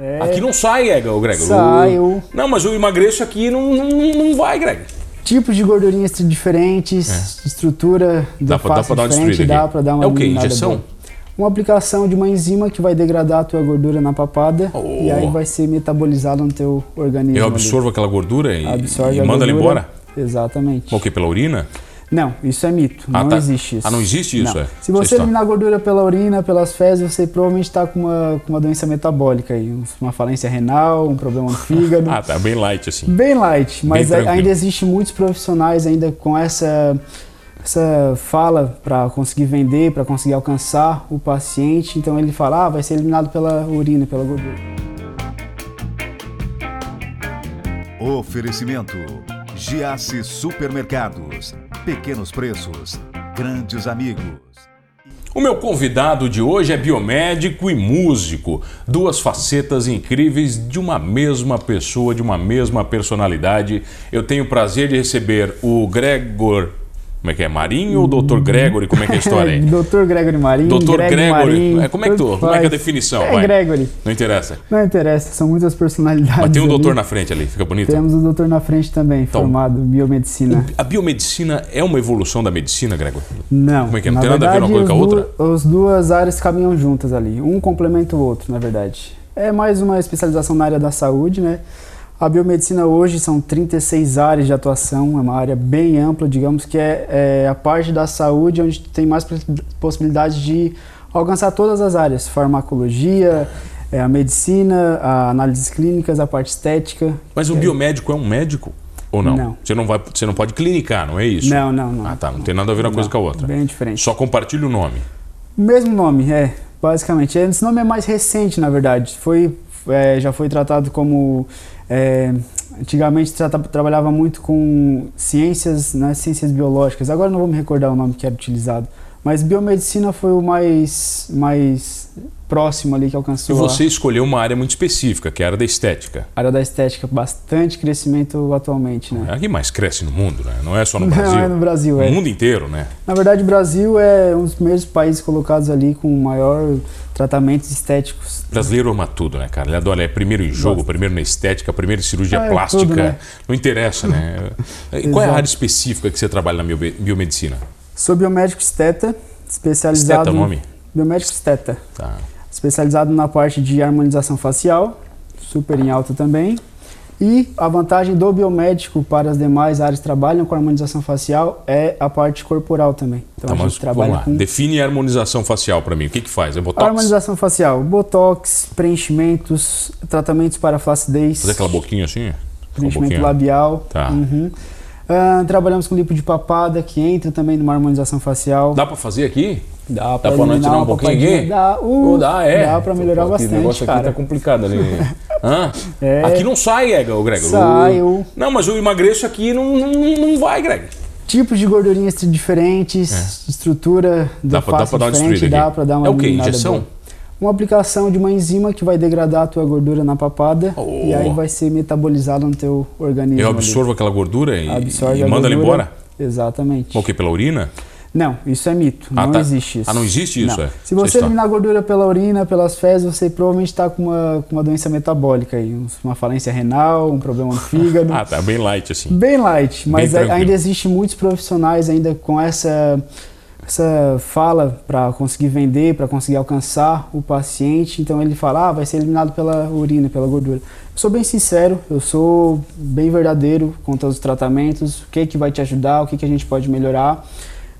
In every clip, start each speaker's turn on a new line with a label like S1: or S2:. S1: É. Aqui não sai, Greg. Greg.
S2: Saiu.
S1: Não, mas o emagreço aqui não, não, não vai, Greg.
S2: Tipos de gordurinhas diferentes, estrutura do
S1: É. Dá pra- dá pra
S2: fácil
S1: dar uma
S2: diferente,
S1: destruída
S2: dá
S1: aqui.
S2: pra dar uma
S1: É o quê?
S2: eliminada
S1: Injeção?
S2: boa. Uma aplicação de uma enzima que vai degradar a tua gordura na papada
S1: Oh.
S2: e aí vai ser metabolizada no teu organismo.
S1: Eu
S2: ali.
S1: absorvo aquela gordura e,
S2: Absorve
S1: e
S2: a
S1: manda ela
S2: gordura.
S1: embora?
S2: Exatamente.
S1: O quê? Pela urina?
S2: Não, isso é mito.
S1: Ah,
S2: não
S1: tá.
S2: existe isso.
S1: Ah, não existe isso, é.
S2: Se
S1: Isso
S2: você
S1: está.
S2: eliminar a gordura pela urina, pelas fezes, você provavelmente está com uma, com uma doença metabólica aí. um- Uma falência renal, um problema no fígado.
S1: Ah, tá. Bem light, assim.
S2: Bem light, mas
S1: tranquilo.
S2: a- ainda existe muitos profissionais ainda com essa, essa fala para conseguir vender, para conseguir alcançar o paciente. Então ele fala, ah, vai ser eliminado pela urina, pela gordura.
S3: Oferecimento: Giasse Supermercados. Pequenos preços, grandes amigos.
S1: O meu convidado de hoje é biomédico e músico, duas facetas incríveis de uma mesma pessoa, de uma mesma personalidade. Eu tenho o prazer de receber o Gregor. Como é que é? Marinho ou
S2: Uhum.
S1: Dr. Gregory? Como é que é a história aí?
S2: Dr. Gregory Marinho,
S1: Dr.
S2: Greg
S1: Gregory.
S2: Marinho,
S1: É, como é que tu-
S2: tanto
S1: como é que é a
S2: faz.
S1: definição,
S2: É
S1: vai?
S2: Gregory.
S1: Não interessa.
S2: Não interessa, são muitas personalidades.
S1: Mas tem um
S2: ali.
S1: doutor na Então, frente ali, fica bonito.
S2: Temos o doutor na frente também, formado em biomedicina.
S1: A biomedicina é uma evolução da medicina, Gregor?
S2: Não.
S1: Como é que é? Não
S2: na
S1: tem nada a ver
S2: verdade,
S1: uma coisa com a
S2: os du-
S1: outra?
S2: As duas áreas caminham juntas ali. Um complementa o outro, na verdade. É mais uma especialização na área da saúde, né? A biomedicina hoje são 36 áreas de atuação, é uma área bem ampla, digamos que é, é a parte da saúde onde tem mais pos- possibilidades de alcançar todas as áreas, farmacologia, é, a medicina, a análises clínicas, a parte estética.
S1: Mas o biomédico é um médico ou não?
S2: Não.
S1: Você não, vai, você não pode clinicar, não é isso?
S2: Não, não, não.
S1: Ah, tá. Não tem nada a ver uma coisa
S2: Não,
S1: com a outra.
S2: Bem diferente.
S1: Só compartilha o nome.
S2: Mesmo nome, é, basicamente. Esse nome é mais recente, na verdade. Foi, é, já foi tratado como. é, antigamente trata- trabalhava muito com ciências, né, ciências biológicas. Agora não vou me recordar o nome que era utilizado. Mas biomedicina foi o mais, mais próximo ali
S1: E
S2: que alcançou
S1: você escolheu uma área muito específica, que é a área da estética.
S2: a área da estética. Bastante crescimento atualmente, né?
S1: É a que mais cresce no mundo, né? Não é só no
S2: Não,
S1: Brasil.
S2: é no Brasil, é.
S1: No mundo inteiro, né?
S2: Na verdade, o Brasil é um dos primeiros países colocados ali com o maior tratamento estéticos
S1: O brasileiro ama tudo, né, cara? Ele adora, é primeiro em jogo, primeiro na estética, primeiro em cirurgia
S2: Ah, é
S1: plástica.
S2: tudo, né?
S1: Não interessa, né? E Qual é a
S2: Exato.
S1: área específica que você trabalha na biobe- biomedicina?
S2: Sou biomédico esteta, especializado.
S1: Esteta é o nome?
S2: Biomédico esteta,
S1: Tá.
S2: especializado na parte de harmonização facial, super em alta também. E a vantagem do biomédico para as demais áreas que trabalham com harmonização facial é a parte corporal também. Então
S1: Tá,
S2: a
S1: mas
S2: gente trabalha
S1: vamos lá.
S2: com
S1: Define a harmonização facial pra mim. O que que faz? É botox?
S2: harmonização facial, botox, preenchimentos, tratamentos para flacidez,
S1: Fazer aquela boquinha assim? Aquela
S2: preenchimento
S1: boquinha.
S2: labial.
S1: Tá.
S2: Uhum. Ah, trabalhamos com lipo de papada, que entra também numa harmonização facial.
S1: Dá pra fazer aqui?
S4: Dá
S1: Dá pra nós tirar um
S2: uma
S1: pouquinho
S2: papadinha,
S1: aqui?
S2: Dá, uh,
S1: Ou dá, é.
S2: dá pra melhorar
S4: Pô,
S2: bastante,
S4: O negócio
S2: cara.
S4: aqui tá complicado ali.
S1: Hã?
S2: É.
S1: Aqui não sai, é, o Greg.
S2: Sai,
S1: O-
S2: o-
S1: Não, mas o emagreço aqui não, não, não vai, Greg.
S2: Tipos de gordurinhas diferentes, estrutura do
S1: É. Dá pra- dá
S2: fácil
S1: pra dar uma
S2: diferente,
S1: destruída
S2: dá
S1: aqui.
S2: pra dar uma
S1: É o quê?
S2: eliminada
S1: Injeção?
S2: boa. Uma aplicação de uma enzima que vai degradar a tua gordura na papada
S1: Oh.
S2: e aí vai ser metabolizada no teu organismo.
S1: Eu
S2: ali.
S1: absorvo aquela gordura e,
S2: Absorve
S1: e
S2: a
S1: manda ela
S2: gordura.
S1: embora?
S2: Exatamente.
S1: O quê? Pela urina?
S2: Não, isso é mito.
S1: Ah,
S2: não
S1: tá.
S2: existe isso.
S1: Ah, não existe isso, é.
S2: Se
S1: Vocês
S2: você
S1: estão-
S2: eliminar a gordura pela urina, pelas fezes, você provavelmente está com uma, com uma doença metabólica aí. um- Uma falência renal, um problema no fígado.
S1: Ah, tá. Bem light, assim.
S2: Bem light, mas a-
S1: tranquilo.
S2: ainda existe muitos profissionais ainda com essa essa fala para conseguir vender, para conseguir alcançar o paciente. Então ele fala, ah, vai ser eliminado pela urina, pela gordura. Eu sou bem sincero, eu sou bem verdadeiro quanto aos tratamentos, o que que vai te ajudar, o que que a gente pode melhorar.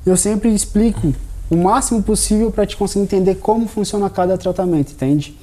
S2: Eu sempre explico o máximo possível para te conseguir entender como funciona cada tratamento, entende?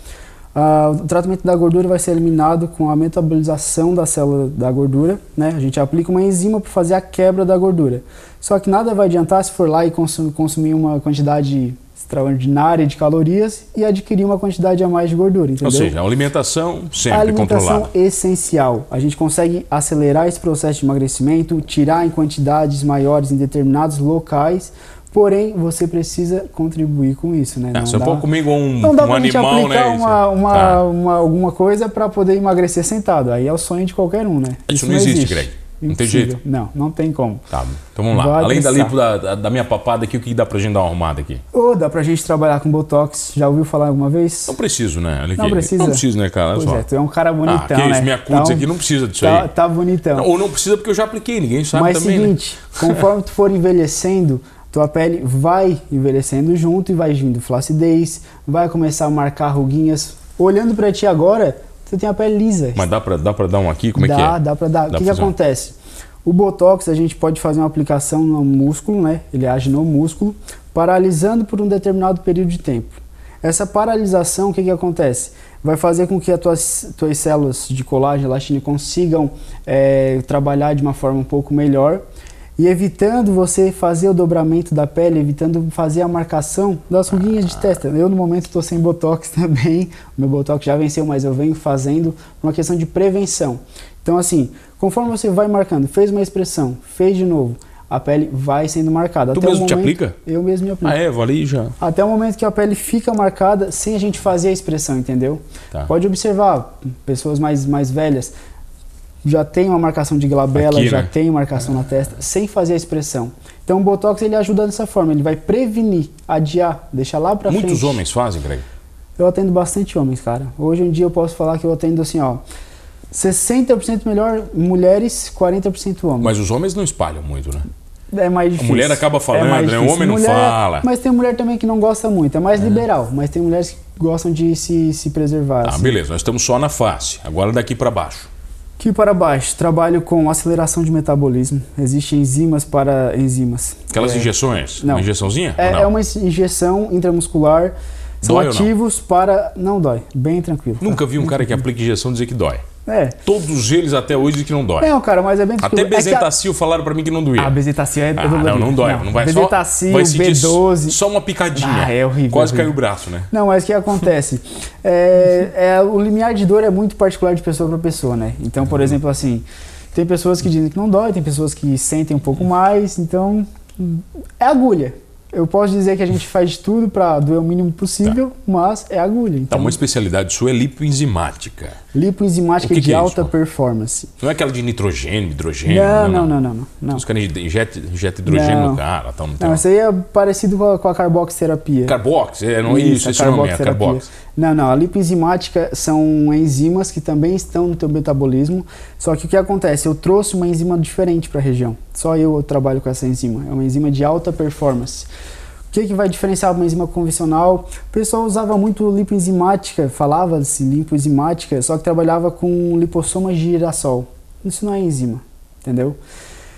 S2: Ah, o tratamento da gordura vai ser eliminado com a metabolização da célula da gordura, né? A gente aplica uma enzima para fazer a quebra da gordura. Só que nada vai adiantar se for lá e consu- consumir uma quantidade extraordinária de calorias e adquirir uma quantidade a mais de gordura, entendeu?
S1: Ou seja, a alimentação sempre
S2: a alimentação
S1: controlada.
S2: essencial. A gente consegue acelerar esse processo de emagrecimento, tirar em quantidades maiores em determinados locais, porém você precisa contribuir com isso, né?
S1: Ah,
S2: Não
S1: você
S2: dá-
S1: pode comer igual um,
S2: não Então dá
S1: um
S2: pra gente
S1: animal, né?
S2: aplicar uma, uma,
S1: Tá.
S2: uma- alguma coisa pra poder emagrecer sentado. Aí é o sonho de qualquer um, né?
S1: Isso, não existe, Greg. Não tem
S2: Impossível.
S1: jeito.
S2: Não, não tem como.
S1: Tá, então vamos lá.
S2: Vai
S1: Além da,
S2: pensar.
S1: lipo, da, da- da minha papada aqui, o que dá pra gente dar uma arrumada aqui?
S2: Ou dá pra gente trabalhar com Botox, já ouviu falar alguma vez?
S1: Não preciso, né? Olha aqui.
S2: Não precisa.
S1: Não preciso, né, cara? Olha
S2: Pois
S1: só.
S2: é, tu é um cara bonitão,
S1: ah, que isso,
S2: né?
S1: minha cutis
S2: Tá um-
S1: aqui não precisa disso
S2: tá,
S1: aí.
S2: Tá bonitão.
S1: Ou não precisa porque eu já apliquei, ninguém sabe
S2: Mas
S1: também, né?
S2: seguinte, conforme tu for envelhecendo, tua pele vai envelhecendo junto e vai vindo flacidez, vai começar a marcar ruguinhas. Olhando pra ti agora, tu tem a pele lisa.
S1: Mas dá pra, dá pra dar um aqui? Como é
S2: dá,
S1: que é?
S2: dá pra dar.
S1: Dá
S2: o que, que
S1: pra fazer um-
S2: acontece? O Botox, a gente pode fazer uma aplicação no músculo, né? Ele age no músculo, paralisando por um determinado período de tempo. Essa paralisação, o que, que acontece? Vai fazer com que as tuas, tuas células de colágeno, elastina, consigam eh, trabalhar de uma forma um pouco melhor e evitando você fazer o dobramento da pele, evitando fazer a marcação das ruguinhas
S1: Ah.
S2: de testa. Eu, no momento, estou sem botox também. O meu botox já venceu, mas eu venho fazendo por uma questão de prevenção. Então, assim, conforme você vai marcando, fez uma expressão, fez de novo, a pele vai sendo marcada.
S1: Tu
S2: Até o
S1: mesmo te
S2: momento-
S1: aplica?
S2: Eu mesmo me aplico.
S1: Ah, é, vou ali e já.
S2: Até o momento que a pele fica marcada sem a gente fazer a expressão, entendeu?
S1: Tá.
S2: Pode observar, pessoas mais, mais velhas já tem uma marcação de glabela,
S1: Aqui,
S2: já
S1: né?
S2: tem marcação na testa, sem fazer a expressão. Então o Botox ele ajuda dessa forma, ele vai prevenir, adiar, deixar lá pra frente.
S1: Muitos homens fazem, Greg.
S2: Eu atendo bastante homens, cara. Hoje em dia eu posso falar que eu atendo assim, ó, 60% melhor mulheres, 40% homens.
S1: Mas os homens não espalham muito, né?
S2: É mais difícil.
S1: mulher acaba falando,
S2: mais
S1: né? O
S2: difícil. é-
S1: homem não fala.
S2: Mas tem mulher também que não gosta muito. É mais liberal. Mas tem mulheres que gostam de se, se preservar.
S1: Ah,
S2: assim.
S1: beleza, nós estamos só na face. Agora daqui pra baixo.
S2: Aqui para baixo, trabalho com aceleração de metabolismo. Existem enzimas para enzimas.
S1: Aquelas injeções.
S2: É. Não.
S1: Uma injeçãozinha?
S2: É,
S1: Ou não?
S2: é uma injeção intramuscular. São
S1: Dói ou não?
S2: ativos para. Não dói. Bem tranquilo. tá?
S1: Nunca vi um cara que aplica injeção dizer que dói.
S2: É.
S1: Todos eles até hoje dizem que não dói.
S2: Não, cara, mas é bem tranquilo.
S1: Até
S2: É que a-
S1: Bezentacil falaram pra mim que não doía.
S2: Ah, bezetacil é. é
S1: Ah, não,
S2: dolorido.
S1: não dói, não, vai
S2: Bezetacil,
S1: só. Vai sentir
S2: B12.
S1: Só uma picadinha.
S2: Ah, é horrível,
S1: Quase
S2: horrível.
S1: caiu o braço, né?
S2: Não, mas o que acontece? É, é, o limiar de dor é muito particular de pessoa para pessoa, né? Então, por exemplo, assim, tem pessoas que dizem que não dói, tem pessoas que sentem um pouco mais, então é agulha. Eu posso dizer que a gente faz de tudo para doer o mínimo possível, mas é agulha.
S1: Tá,
S2: Então,
S1: uma especialidade sua é lipoenzimática.
S2: lipoenzimática
S1: Então, O que que é
S2: de
S1: isso, Hum,
S2: alta
S1: pô?
S2: performance.
S1: Não é aquela de nitrogênio, hidrogênio.
S2: Não, não, não, não, não. não.
S1: Os caras injetam injeta hidrogênio
S2: Não.
S1: no cara, tal, não tem
S2: Não,
S1: não.
S2: isso aí é parecido com a, com a carboxterapia.
S1: Carbox, é, não é isso,
S2: a
S1: esse é o nome é
S2: carboxterapia.
S1: carbox.
S2: Não, não. A lipoenzimática são enzimas que também estão no teu metabolismo. Só que o que acontece? Eu trouxe uma enzima diferente para a região. Só eu trabalho com essa enzima. É uma enzima de alta performance. O que, que vai diferenciar uma enzima convencional? O pessoal usava muito lipoenzimática, falava-se lipoenzimática, só que trabalhava com lipossoma de girassol. Isso não é enzima, entendeu?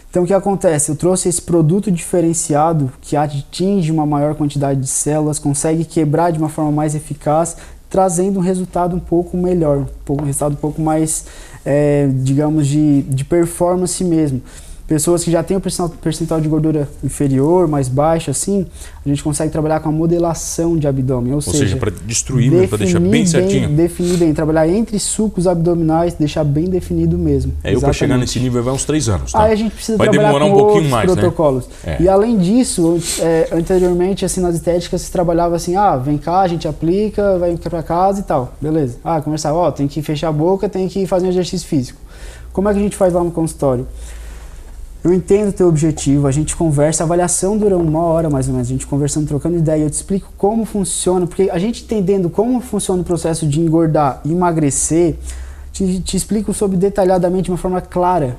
S2: Então o que acontece? Eu trouxe esse produto diferenciado que atinge uma maior quantidade de células, consegue quebrar de uma forma mais eficaz, trazendo um resultado um pouco melhor, um, pouco- um resultado um pouco mais, eh, digamos, de, de performance mesmo. Pessoas que já têm o percen- percentual de gordura inferior, mais baixo, assim, a gente consegue trabalhar com a modelação de abdômen, ou,
S1: Ou seja, pra destruir mesmo, pra deixar bem
S2: definir
S1: certinho.
S2: Definir bem, trabalhar entre sucos abdominais, deixar bem definido mesmo.
S1: É, eu pra chegar
S2: Exatamente.
S1: nesse nível vai uns três anos, tá?
S2: Aí a gente precisa
S1: vai
S2: trabalhar
S1: demorar
S2: com
S1: um pouquinho
S2: outros
S1: mais, né?
S2: protocolos.
S1: É.
S2: E além disso, an- é, anteriormente, assim, nas estéticas, se trabalhava assim, ah, vem cá, a gente aplica, vai pra casa e tal. Beleza. Ah, conversava, ó, tem que fechar a boca, tem que fazer um exercício físico. Como é que a gente faz lá no consultório? Eu entendo o teu objetivo, a gente conversa, a avaliação dura uma hora mais ou menos, a gente conversando, trocando ideia, eu te explico como funciona, porque a gente entendendo como funciona o processo de engordar e emagrecer, te, te explico sobre detalhadamente, de uma forma clara.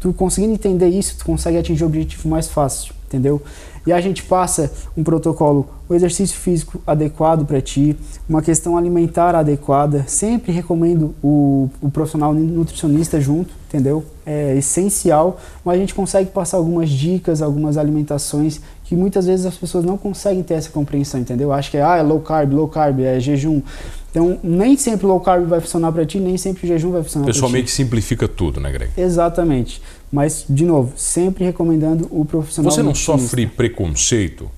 S2: Tu conseguindo entender isso, tu consegue atingir o objetivo mais fácil, entendeu? E a gente passa um protocolo, o exercício físico adequado para ti, uma questão alimentar adequada, sempre recomendo o, o profissional nutricionista junto, entendeu? é essencial, mas a gente consegue passar algumas dicas, algumas alimentações que muitas vezes as pessoas não conseguem ter essa compreensão, entendeu? Acho que é, ah, é low carb, low carb, é jejum. Então, nem sempre low carb vai funcionar para ti, nem sempre o jejum vai funcionar
S1: O
S2: para ti.
S1: pessoal meio que simplifica tudo, né, Greg?
S2: Exatamente. Mas, de novo, sempre recomendando o profissional.
S1: Você não
S2: nutricionista.
S1: sofre preconceito,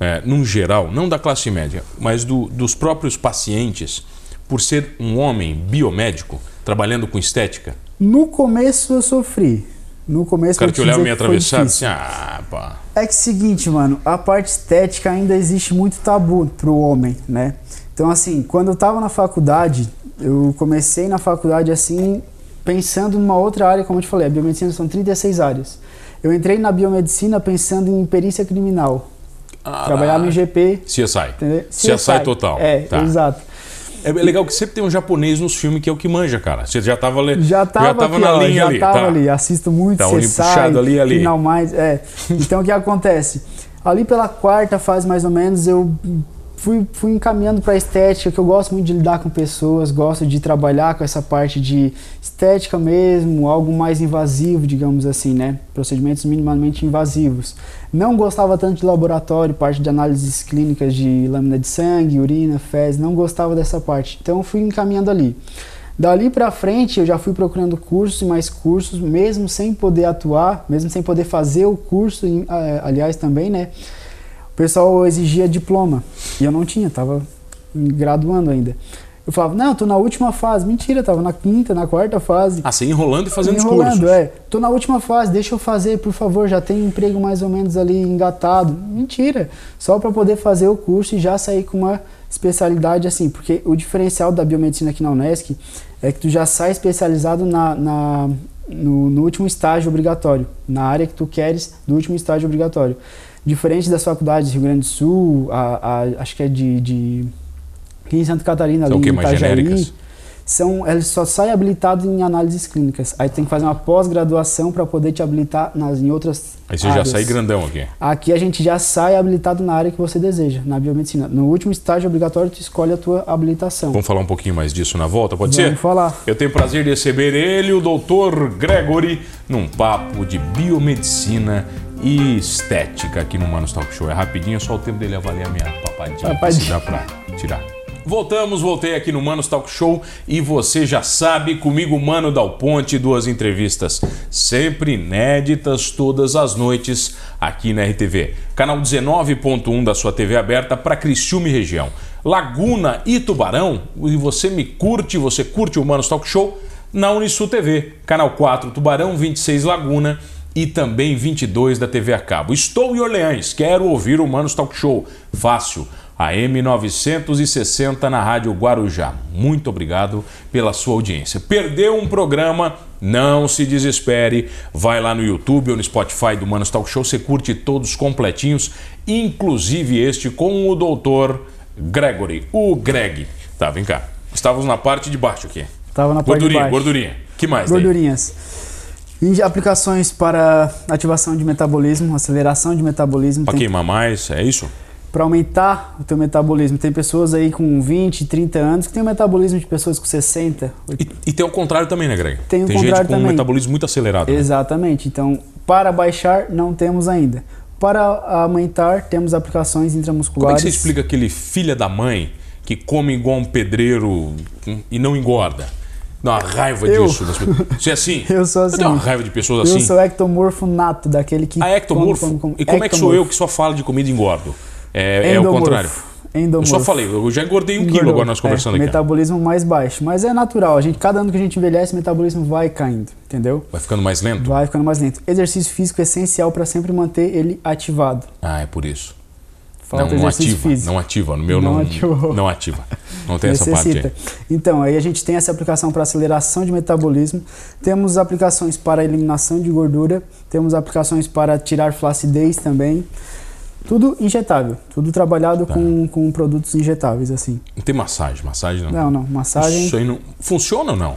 S1: é, num geral, não da classe média, mas do- dos próprios pacientes, por ser um homem biomédico, trabalhando com estética?
S2: No começo eu sofri. No começo
S1: O cara
S2: eu
S1: que
S2: te
S1: olhava
S2: dizer
S1: meio
S2: que foi
S1: atravessado,
S2: é difícil.
S1: assim, ah, pá.
S2: É que seguinte, mano, a parte estética ainda existe muito tabu pro homem, né? Então, assim, quando eu tava na faculdade, eu comecei na faculdade assim, pensando numa outra área, como eu te falei, a biomedicina são 36 áreas. Eu entrei na biomedicina pensando em perícia criminal.
S1: Ah,
S2: Trabalhar no IGP,
S1: CSI.
S2: entendeu?
S1: CSI, total.
S2: É,
S1: Tá.
S2: exato.
S1: É legal que sempre tem um japonês nos filmes que é o que manja, cara. Você já tava, le...
S2: Já tava, aqui,
S1: na
S2: ó,
S1: linha
S2: já
S1: ali.
S2: tava
S1: tá.
S2: ali, assisto muito,
S1: Tá,
S2: você
S1: olho
S2: sai,
S1: puxado ali, ali.
S2: final mais, é. Então o que acontece? Ali pela quarta fase mais ou menos eu fui, fui encaminhando para estética, que eu gosto muito de lidar com pessoas, gosto de trabalhar com essa parte de estética mesmo, algo mais invasivo, digamos assim, né? Procedimentos minimamente invasivos. Não gostava tanto de laboratório, parte de análises clínicas de lâmina de sangue, urina, fezes, não gostava dessa parte. Então eu fui encaminhando ali. Dali pra frente eu já fui procurando cursos e mais cursos, mesmo sem poder atuar, mesmo sem poder fazer o curso, em- ah, aliás também, né? O pessoal exigia diploma e eu não tinha, tava me graduando ainda. Eu falava, não, tô na última fase. Mentira, tava na quinta, na quarta fase.
S1: Ah, você enrolando e fazendo os
S2: Enrolando,
S1: cursos.
S2: é. Tô na última fase, deixa eu fazer, por favor, já tem emprego mais ou menos ali engatado. Mentira. Só para poder fazer o curso e já sair com uma especialidade assim, porque o diferencial da biomedicina aqui na Unesc é que tu já sai especializado na, na- no, no último estágio obrigatório, na área que tu queres do último estágio obrigatório. Diferente das faculdades do Rio Grande do Sul, a, a- acho que é de, de aqui em Santa Catarina,
S1: São
S2: ali
S1: o quê?
S2: em
S1: Mais
S2: Itajaí,
S1: genéricas?
S2: são, ele só sai habilitado em análises clínicas. Aí tem que fazer uma pós-graduação para poder te habilitar nas, em outras
S1: Aí você já
S2: áreas.
S1: sai grandão aqui.
S2: Aqui a gente já sai habilitado na área que você deseja, na biomedicina. No último estágio obrigatório, tu escolhe a tua habilitação.
S1: Vamos falar um pouquinho mais disso na volta, pode ser?
S2: Vamos falar.
S1: Eu tenho o prazer de receber ele, o Dr. Gregory, num papo de biomedicina e estética aqui no Manos Talk Show. É rapidinho, é só o tempo dele avaliar a minha papadinha,
S2: Papadinha.
S1: se assim dá pra tirar. Voltamos, voltei aqui no Manos Talk Show e você já sabe, comigo, Mano Dal Ponte, duas entrevistas sempre inéditas todas as noites aqui na RTV. Canal 19.1 da sua TV aberta para Criciúma e região. Laguna e Tubarão, e você me curte, você curte o Manos Talk Show na Unisul TV, canal 4 Tubarão, 26 Laguna e também 22 da TV a cabo. Estou em Orleans, quero ouvir o Manos Talk Show. Fácil. AM 960 na Rádio Guarujá. Muito obrigado pela sua audiência. Perdeu um programa? Não se desespere. Vai lá no YouTube ou no Spotify do Manos Talk Show, você curte todos completinhos, inclusive este com o doutor Gregory, o Greg. Tá, vem cá. Estávamos na parte de baixo aqui.
S2: Tava na parte de
S1: Gordurinha,
S2: baixo.
S1: gordurinha. Que mais? daí?
S2: Gordurinhas. E aplicações para ativação de metabolismo, aceleração de metabolismo.
S1: Pra
S2: tem
S1: queimar mais, é isso?
S2: para aumentar o teu metabolismo. Tem pessoas aí com 20, 30 anos que tem o metabolismo de pessoas com 60. 80.
S1: E, e tem o contrário também, né, Greg?
S2: Tem o
S1: gente com
S2: contrário
S1: um
S2: também.
S1: metabolismo muito acelerado. né?
S2: Exatamente. Então, para baixar não temos ainda. Para aumentar temos aplicações
S1: Como é que
S2: intramusculares.
S1: você explica aquele filha da mãe que come igual um pedreiro hum, e não engorda? Dá uma raiva
S2: Eu?
S1: disso. Das... pessoas. Você é assim?
S2: Eu sou assim.
S1: Eu tenho uma raiva de pessoas
S2: Eu
S1: assim.
S2: sou assim. ectomorfo nato, daquele que
S1: Ah, ectomorfo?
S2: come, come, come.
S1: E como é que sou eu
S2: Ectomorfo.
S1: que só falo de comida e engordo? É, é o
S2: Endomorfo.
S1: contrário. Eu
S2: Endomorfo.
S1: só falei, eu já engordei um quilo
S2: Engordou.
S1: agora nós conversando
S2: é,
S1: aqui.
S2: Metabolismo mais baixo. Mas é natural. A gente, cada ano que a gente envelhece, o metabolismo vai caindo, entendeu?
S1: Vai ficando mais lento?
S2: Vai ficando mais lento. Exercício físico é essencial para sempre manter ele ativado.
S1: Ah, é por isso.
S2: Falta
S1: não, não
S2: exercício
S1: ativa,
S2: físico.
S1: não ativa. No meu
S2: Não
S1: não, não ativa.
S2: ativou.
S1: Não tem essa parte
S2: necessita.
S1: aí.
S2: Então, aí a gente tem essa aplicação para aceleração de metabolismo, temos aplicações para eliminação de gordura, temos aplicações para tirar flacidez também. Tudo injetável, tudo trabalhado
S1: Tá.
S2: com, com produtos injetáveis, assim.
S1: Não tem massagem, massagem não.
S2: Não, não, massagem.
S1: Isso aí não. Funciona ou não?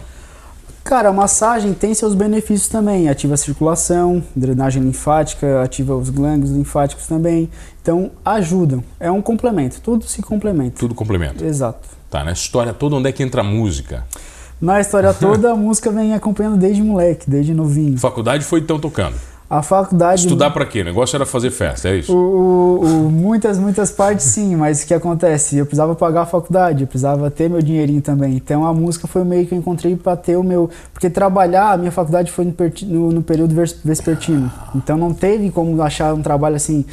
S2: Cara, a massagem tem seus benefícios também. Ativa a circulação, drenagem linfática, ativa os glândulos linfáticos também. Então, ajudam. É um complemento, tudo se complementa.
S1: Tudo complementa.
S2: Exato.
S1: Tá, na história toda, onde é que entra a música?
S2: Na história toda, a música vem acompanhando desde moleque, desde novinho.
S1: Faculdade foi então tocando.
S2: A faculdade.
S1: Estudar pra quê? O negócio era fazer festa, é
S2: O,
S1: isso?
S2: o- o- muitas, muitas partes sim, mas o que acontece? Eu precisava pagar a faculdade, eu precisava ter meu dinheirinho também. Então a música foi o meio que eu encontrei pra ter o meu. Porque trabalhar, a minha faculdade foi no, perti- no- no período vers- vespertino. Então não teve como achar um trabalho assim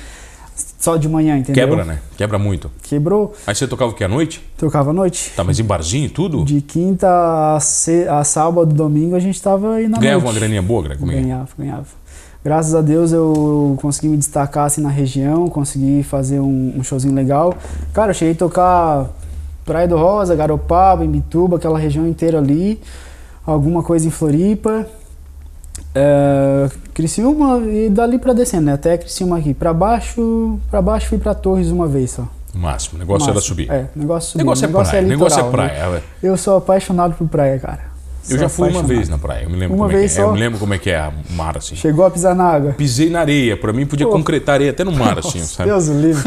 S2: só de manhã, entendeu?
S1: Quebra, né? Quebra muito.
S2: Quebrou,
S1: Aí você tocava o que à noite?
S2: tocava à noite.
S1: Tá, mas em barzinho e tudo?
S2: De quinta a, se- a sábado, domingo, a gente tava aí na
S1: Ganhava
S2: noite.
S1: uma graninha boa, Greg? Como é que é?
S2: Ganhava, ganhava. Graças a Deus eu consegui me destacar assim na região, consegui fazer um, um showzinho legal. Cara, eu cheguei a tocar Praia do Rosa, Garopaba, Imbituba, aquela região inteira ali. alguma coisa em Floripa, é, Criciúma e dali pra descendo, né? Até Criciúma aqui. Pra baixo, pra baixo fui pra Torres uma vez só.
S1: O máximo. O negócio era
S2: Máximo.
S1: subir.
S2: É, negócio subir.
S1: Negócio é praia, negócio é
S2: litoral,
S1: praia,
S2: né?
S1: é.
S2: Eu sou apaixonado por praia, cara.
S1: Eu
S2: Sou
S1: já fui uma
S2: apaixonado.
S1: vez né? na praia. Eu me lembro
S2: Uma
S1: como
S2: vez
S1: é que é. Eu
S2: só?
S1: me lembro como é que é a mar, assim.
S2: Chegou a pisar na água.
S1: Pisei na areia. Pra mim, podia
S2: Pô.
S1: concretar areia até no mar, assim, sabe?
S2: Deus o livre.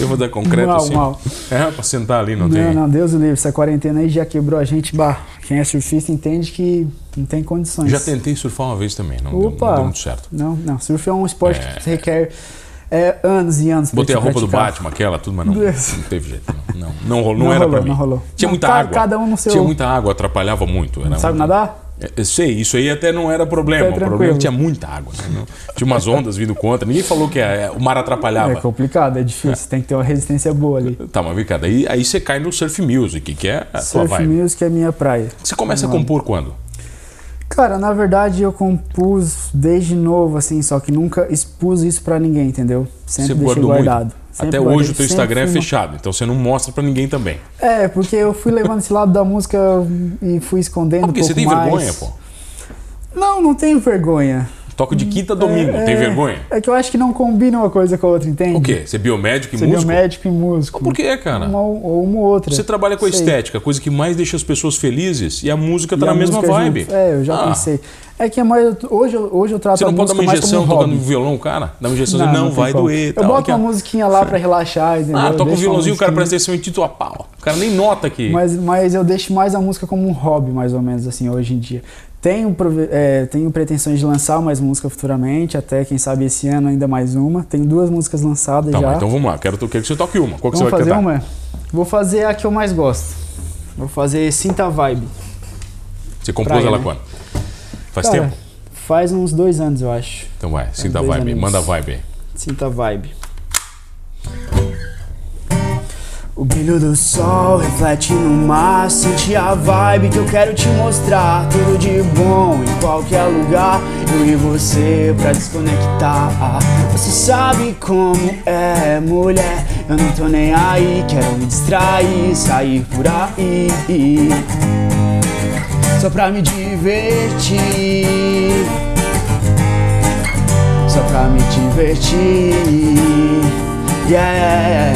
S1: Eu vou dar concreto
S2: Mal,
S1: assim.
S2: mal.
S1: É, pra sentar ali, não,
S2: Não,
S1: tem.
S2: não, Deus o livre. Essa quarentena aí já quebrou a gente. Bah, quem é surfista entende que não tem condições.
S1: Já tentei surfar uma vez também. Não, deu, não
S2: Opa.
S1: deu muito certo.
S2: Não, não. Surf é um esporte
S1: É.
S2: que requer é, anos e anos pra
S1: Botei a
S2: te
S1: roupa do
S2: praticar.
S1: Batman, aquela, tudo, mas não,
S2: Deus.
S1: não teve jeito. Não, não, não, rolou, não,
S2: Não
S1: era pra
S2: rolou,
S1: mim.
S2: não rolou.
S1: Tinha
S2: Não,
S1: muita
S2: ca-
S1: água.
S2: cada um no seu-
S1: Tinha muita água, atrapalhava muito. Era
S2: Sabe
S1: um-
S2: nadar?
S1: É, eu sei, isso aí até não era problema.
S2: Tá
S1: o problema é que
S2: tranquilo.
S1: tinha muita água. né? Não- Tinha umas ondas vindo contra. Ninguém falou que é, o mar atrapalhava.
S2: É complicado, é difícil. Tem que ter uma resistência boa ali.
S1: Tá, mas vem cá, daí aí você cai no surf music, que é a sua
S2: Surf
S1: vibe.
S2: music é minha praia.
S1: Você começa a compor quando?
S2: Cara, na verdade eu compus desde novo, assim, só que nunca expus isso pra ninguém, entendeu? Sempre
S1: você
S2: deixei
S1: guardou
S2: guardado.
S1: muito.
S2: Sempre
S1: Até
S2: guardei,
S1: hoje o teu
S2: sempre
S1: Instagram é
S2: fui uma-
S1: fechado, então você não mostra pra ninguém também.
S2: É, porque eu fui levando esse lado da música e fui escondendo
S1: Ah, porque
S2: um
S1: você
S2: pouco
S1: tem vergonha,
S2: mais.
S1: pô.
S2: Não, não tenho vergonha.
S1: Toco de quinta a domingo,
S2: É,
S1: tem
S2: é-
S1: vergonha?
S2: É que eu acho que não combina uma coisa com a outra, entende?
S1: O quê? Você é biomédico e
S2: Você
S1: músico?
S2: é médico e músico.
S1: Por quê, cara?
S2: Uma ou uma ou outra.
S1: Você trabalha com a
S2: Sei.
S1: estética, a coisa que mais deixa as pessoas felizes, e a música
S2: E
S1: tá na
S2: a
S1: mesma
S2: música
S1: vibe.
S2: junto. É, eu já
S1: Ah,
S2: pensei. É que é mais, hoje, eu- hoje eu trato
S1: Você
S2: a
S1: não pode
S2: música
S1: dar uma
S2: mais como
S1: injeção
S2: um
S1: tocando
S2: hobby.
S1: violão, cara? Dá uma injeção, não,
S2: tem
S1: vai
S2: como.
S1: doer.
S2: Eu
S1: tal,
S2: boto
S1: aqui,
S2: uma
S1: ó.
S2: musiquinha lá pra relaxar, entendeu?
S1: Ah,
S2: Eu
S1: toca um
S2: deixo uma
S1: violãozinho, o cara presta atenção
S2: musiquinha.
S1: e tito a pau. O cara nem nota que...
S2: Mas, mas eu deixo mais a música como um hobby, mais ou menos, assim, hoje em dia. Tenho, prove- é, tenho pretensões de lançar mais música futuramente, até quem sabe esse ano ainda mais uma. Tenho duas músicas lançadas
S1: Tá,
S2: já.
S1: mas então vamos lá, quero, quero que você toque uma. Qual que
S2: Vamos
S1: você vai
S2: fazer
S1: cantar?
S2: uma? Vou fazer a que eu mais gosto. Vou fazer Sinta a Vibe.
S1: Você compôs
S2: Praia,
S1: ela
S2: né?
S1: quando? Faz
S2: Cara,
S1: tempo?
S2: Faz uns dois anos, eu acho.
S1: Então vai, sinta a
S2: É, dois
S1: vibe,
S2: aninhos.
S1: manda a vibe aí.
S2: Sinta a vibe. O brilho do sol reflete no mar. Sente a vibe que eu quero te mostrar. Tudo de bom em qualquer lugar. Eu e você pra desconectar. Você sabe como é, mulher. Eu não tô nem aí. Quero me distrair, sair por aí. Só pra me divertir só pra me divertir. Yeah,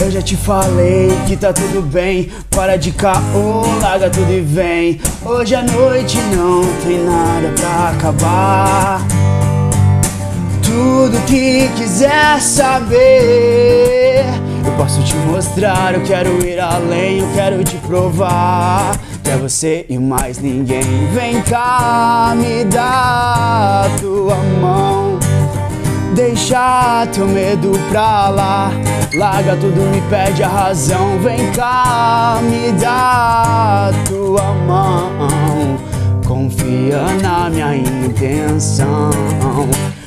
S2: eu já te falei que tá tudo bem. Para de caô, larga tudo e vem. Hoje à noite não tem nada pra acabar. Tudo que quiser saber, eu posso te mostrar. Eu quero ir além, eu quero te provar. Que é você e mais ninguém. Vem cá, me dá a tua mão. Deixa teu medo pra lá. Larga tudo, me pede a razão. Vem cá, me dá a tua mão. Confia na minha intenção.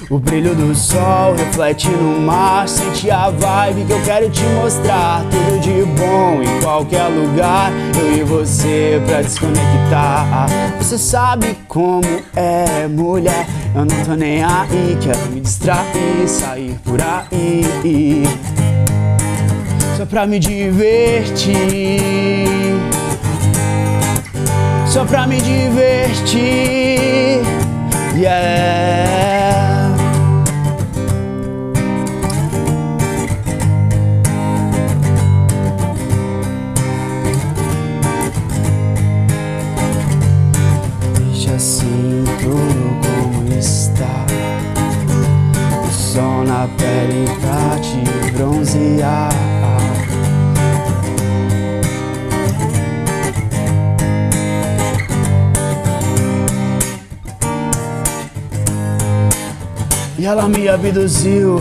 S2: O brilho do sol reflete no mar. Sente a vibe que eu quero te mostrar. Tudo de bom em qualquer lugar. Eu e você pra desconectar. Você sabe como é, mulher. Eu não tô nem aí. Quero me distrair, sair por aí. Só pra me divertir. Só pra me divertir. Yeah. Deixa assim tudo como está. O sol na pele pra te bronzear. E ela me abduziu,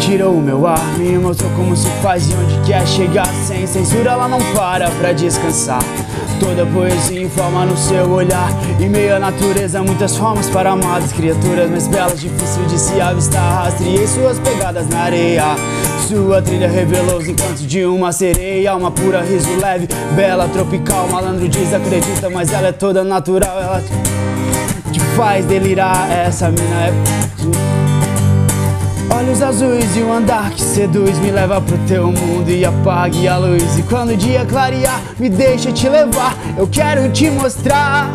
S2: tirou o meu ar, me mostrou como se faz e onde quer chegar. Sem censura, ela não para pra descansar. Toda poesia em forma no seu olhar. Em meio à natureza, muitas formas para amadas criaturas mais belas, difícil de se avistar. Rastreei suas pegadas na areia. Sua trilha revelou os encantos de uma sereia, uma pura riso leve, bela, tropical. Malandro desacredita, mas ela é toda natural. Ela te- te faz delirar. Essa mina é. Olhos azuis e o andar que seduz me leva pro teu mundo e apague a luz. E quando o dia clarear, me deixa te levar. Eu quero te mostrar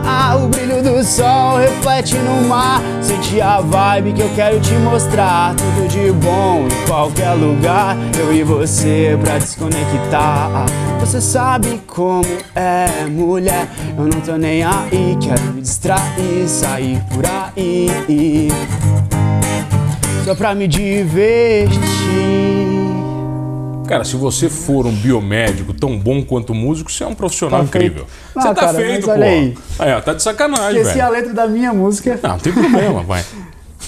S2: o brilho do sol reflete no mar. Sente a vibe que eu quero te mostrar. Tudo de bom em qualquer lugar. Eu e você pra desconectar. Você sabe como é, mulher. Eu não tô nem aí, quero me distrair, sair por aí só pra me divertir.
S1: Cara, se você for um biomédico tão bom quanto músico, você é um profissional
S2: Tá feito.
S1: incrível.
S2: Ah,
S1: você tá
S2: cara,
S1: feito,
S2: mas
S1: pô.
S2: olha aí.
S1: Aí, ó, tá de sacanagem,
S2: Esqueci
S1: velho.
S2: a letra da minha música.
S1: Não, não tem problema, vai.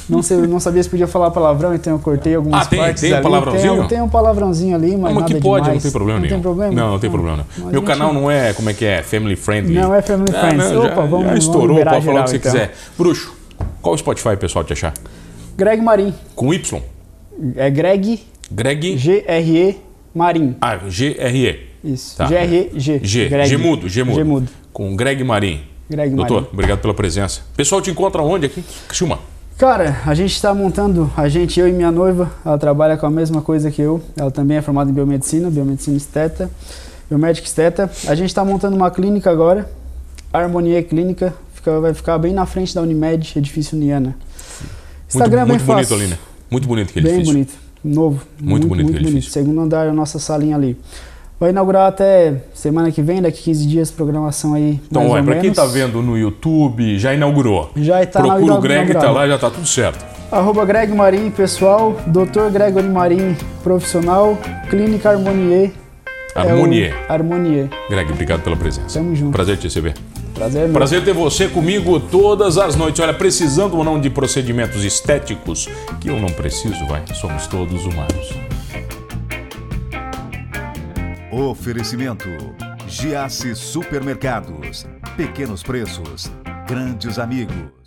S2: Não, sei, não sabia se podia falar palavrão, então eu cortei algumas
S1: Ah, tem-
S2: partes
S1: tem um
S2: ali.
S1: palavrãozinho?
S2: Tem, tem um palavrãozinho ali, mas
S1: Não, mas
S2: nada
S1: que pode,
S2: demais.
S1: não tem problema
S2: não
S1: nenhum.
S2: Tem problema?
S1: Não, não tem problema.
S2: a
S1: Meu
S2: gente-
S1: canal não é, como é que é? Family friendly.
S2: Não é family
S1: Ah,
S2: friendly.
S1: não, já-
S2: Opa, vamos-
S1: já
S2: vamos
S1: estourou,
S2: liberar
S1: pode falar o
S2: geral,
S1: que você
S2: então.
S1: quiser. Bruxo, qual o Spotify, pessoal, te achar?
S2: Greg Marim.
S1: Com Y.
S2: É Greg
S1: Greg.
S2: G-R-E Marim.
S1: Ah, G-R-E.
S2: Isso.
S1: Tá.
S2: G-R-E-G.
S1: G.
S2: Greg.
S1: G mudo, G mudo.
S2: G mudo.
S1: Com Greg Marim.
S2: Greg
S1: Doutor,
S2: Marim.
S1: obrigado pela presença. Pessoal, te encontra onde aqui? Chuma.
S2: Cara, a gente está montando, a gente, eu e minha noiva, ela trabalha com a mesma coisa que eu. Ela também é formada em biomedicina, biomedicina esteta, biomédica esteta. A gente está montando uma clínica agora, Harmonia Clínica, fica- vai ficar bem na frente da Unimed, edifício Uniana.
S1: Muito,
S2: Instagram é bem
S1: muito bonito
S2: fácil.
S1: ali, né? Muito bonito aquele
S2: Bem
S1: edifício.
S2: bonito, novo.
S1: Muito bonito aquele edifício.
S2: Segundo andar é a nossa salinha ali. Vai inaugurar até semana que vem, daqui 15 dias, programação aí.
S1: Então,
S2: mais
S1: olha,
S2: ou
S1: pra quem
S2: menos.
S1: tá vendo no YouTube, já inaugurou.
S2: Já tá
S1: Procura o Greg, tá
S2: inaugurado.
S1: lá, já tá tudo certo.
S2: Arroba Greg Marim, pessoal. Dr. Gregory Marim, profissional. Clínica Harmonier.
S1: Harmonier.
S2: É o Harmonier.
S1: Greg, obrigado pela presença.
S2: Tamo junto.
S1: Prazer te receber.
S2: Prazer, meu.
S1: Prazer ter você comigo todas as noites. Olha, precisando ou não de procedimentos estéticos, que eu não preciso, vai. Somos todos humanos.
S3: Oferecimento: Giasse Supermercados. Pequenos preços, grandes amigos.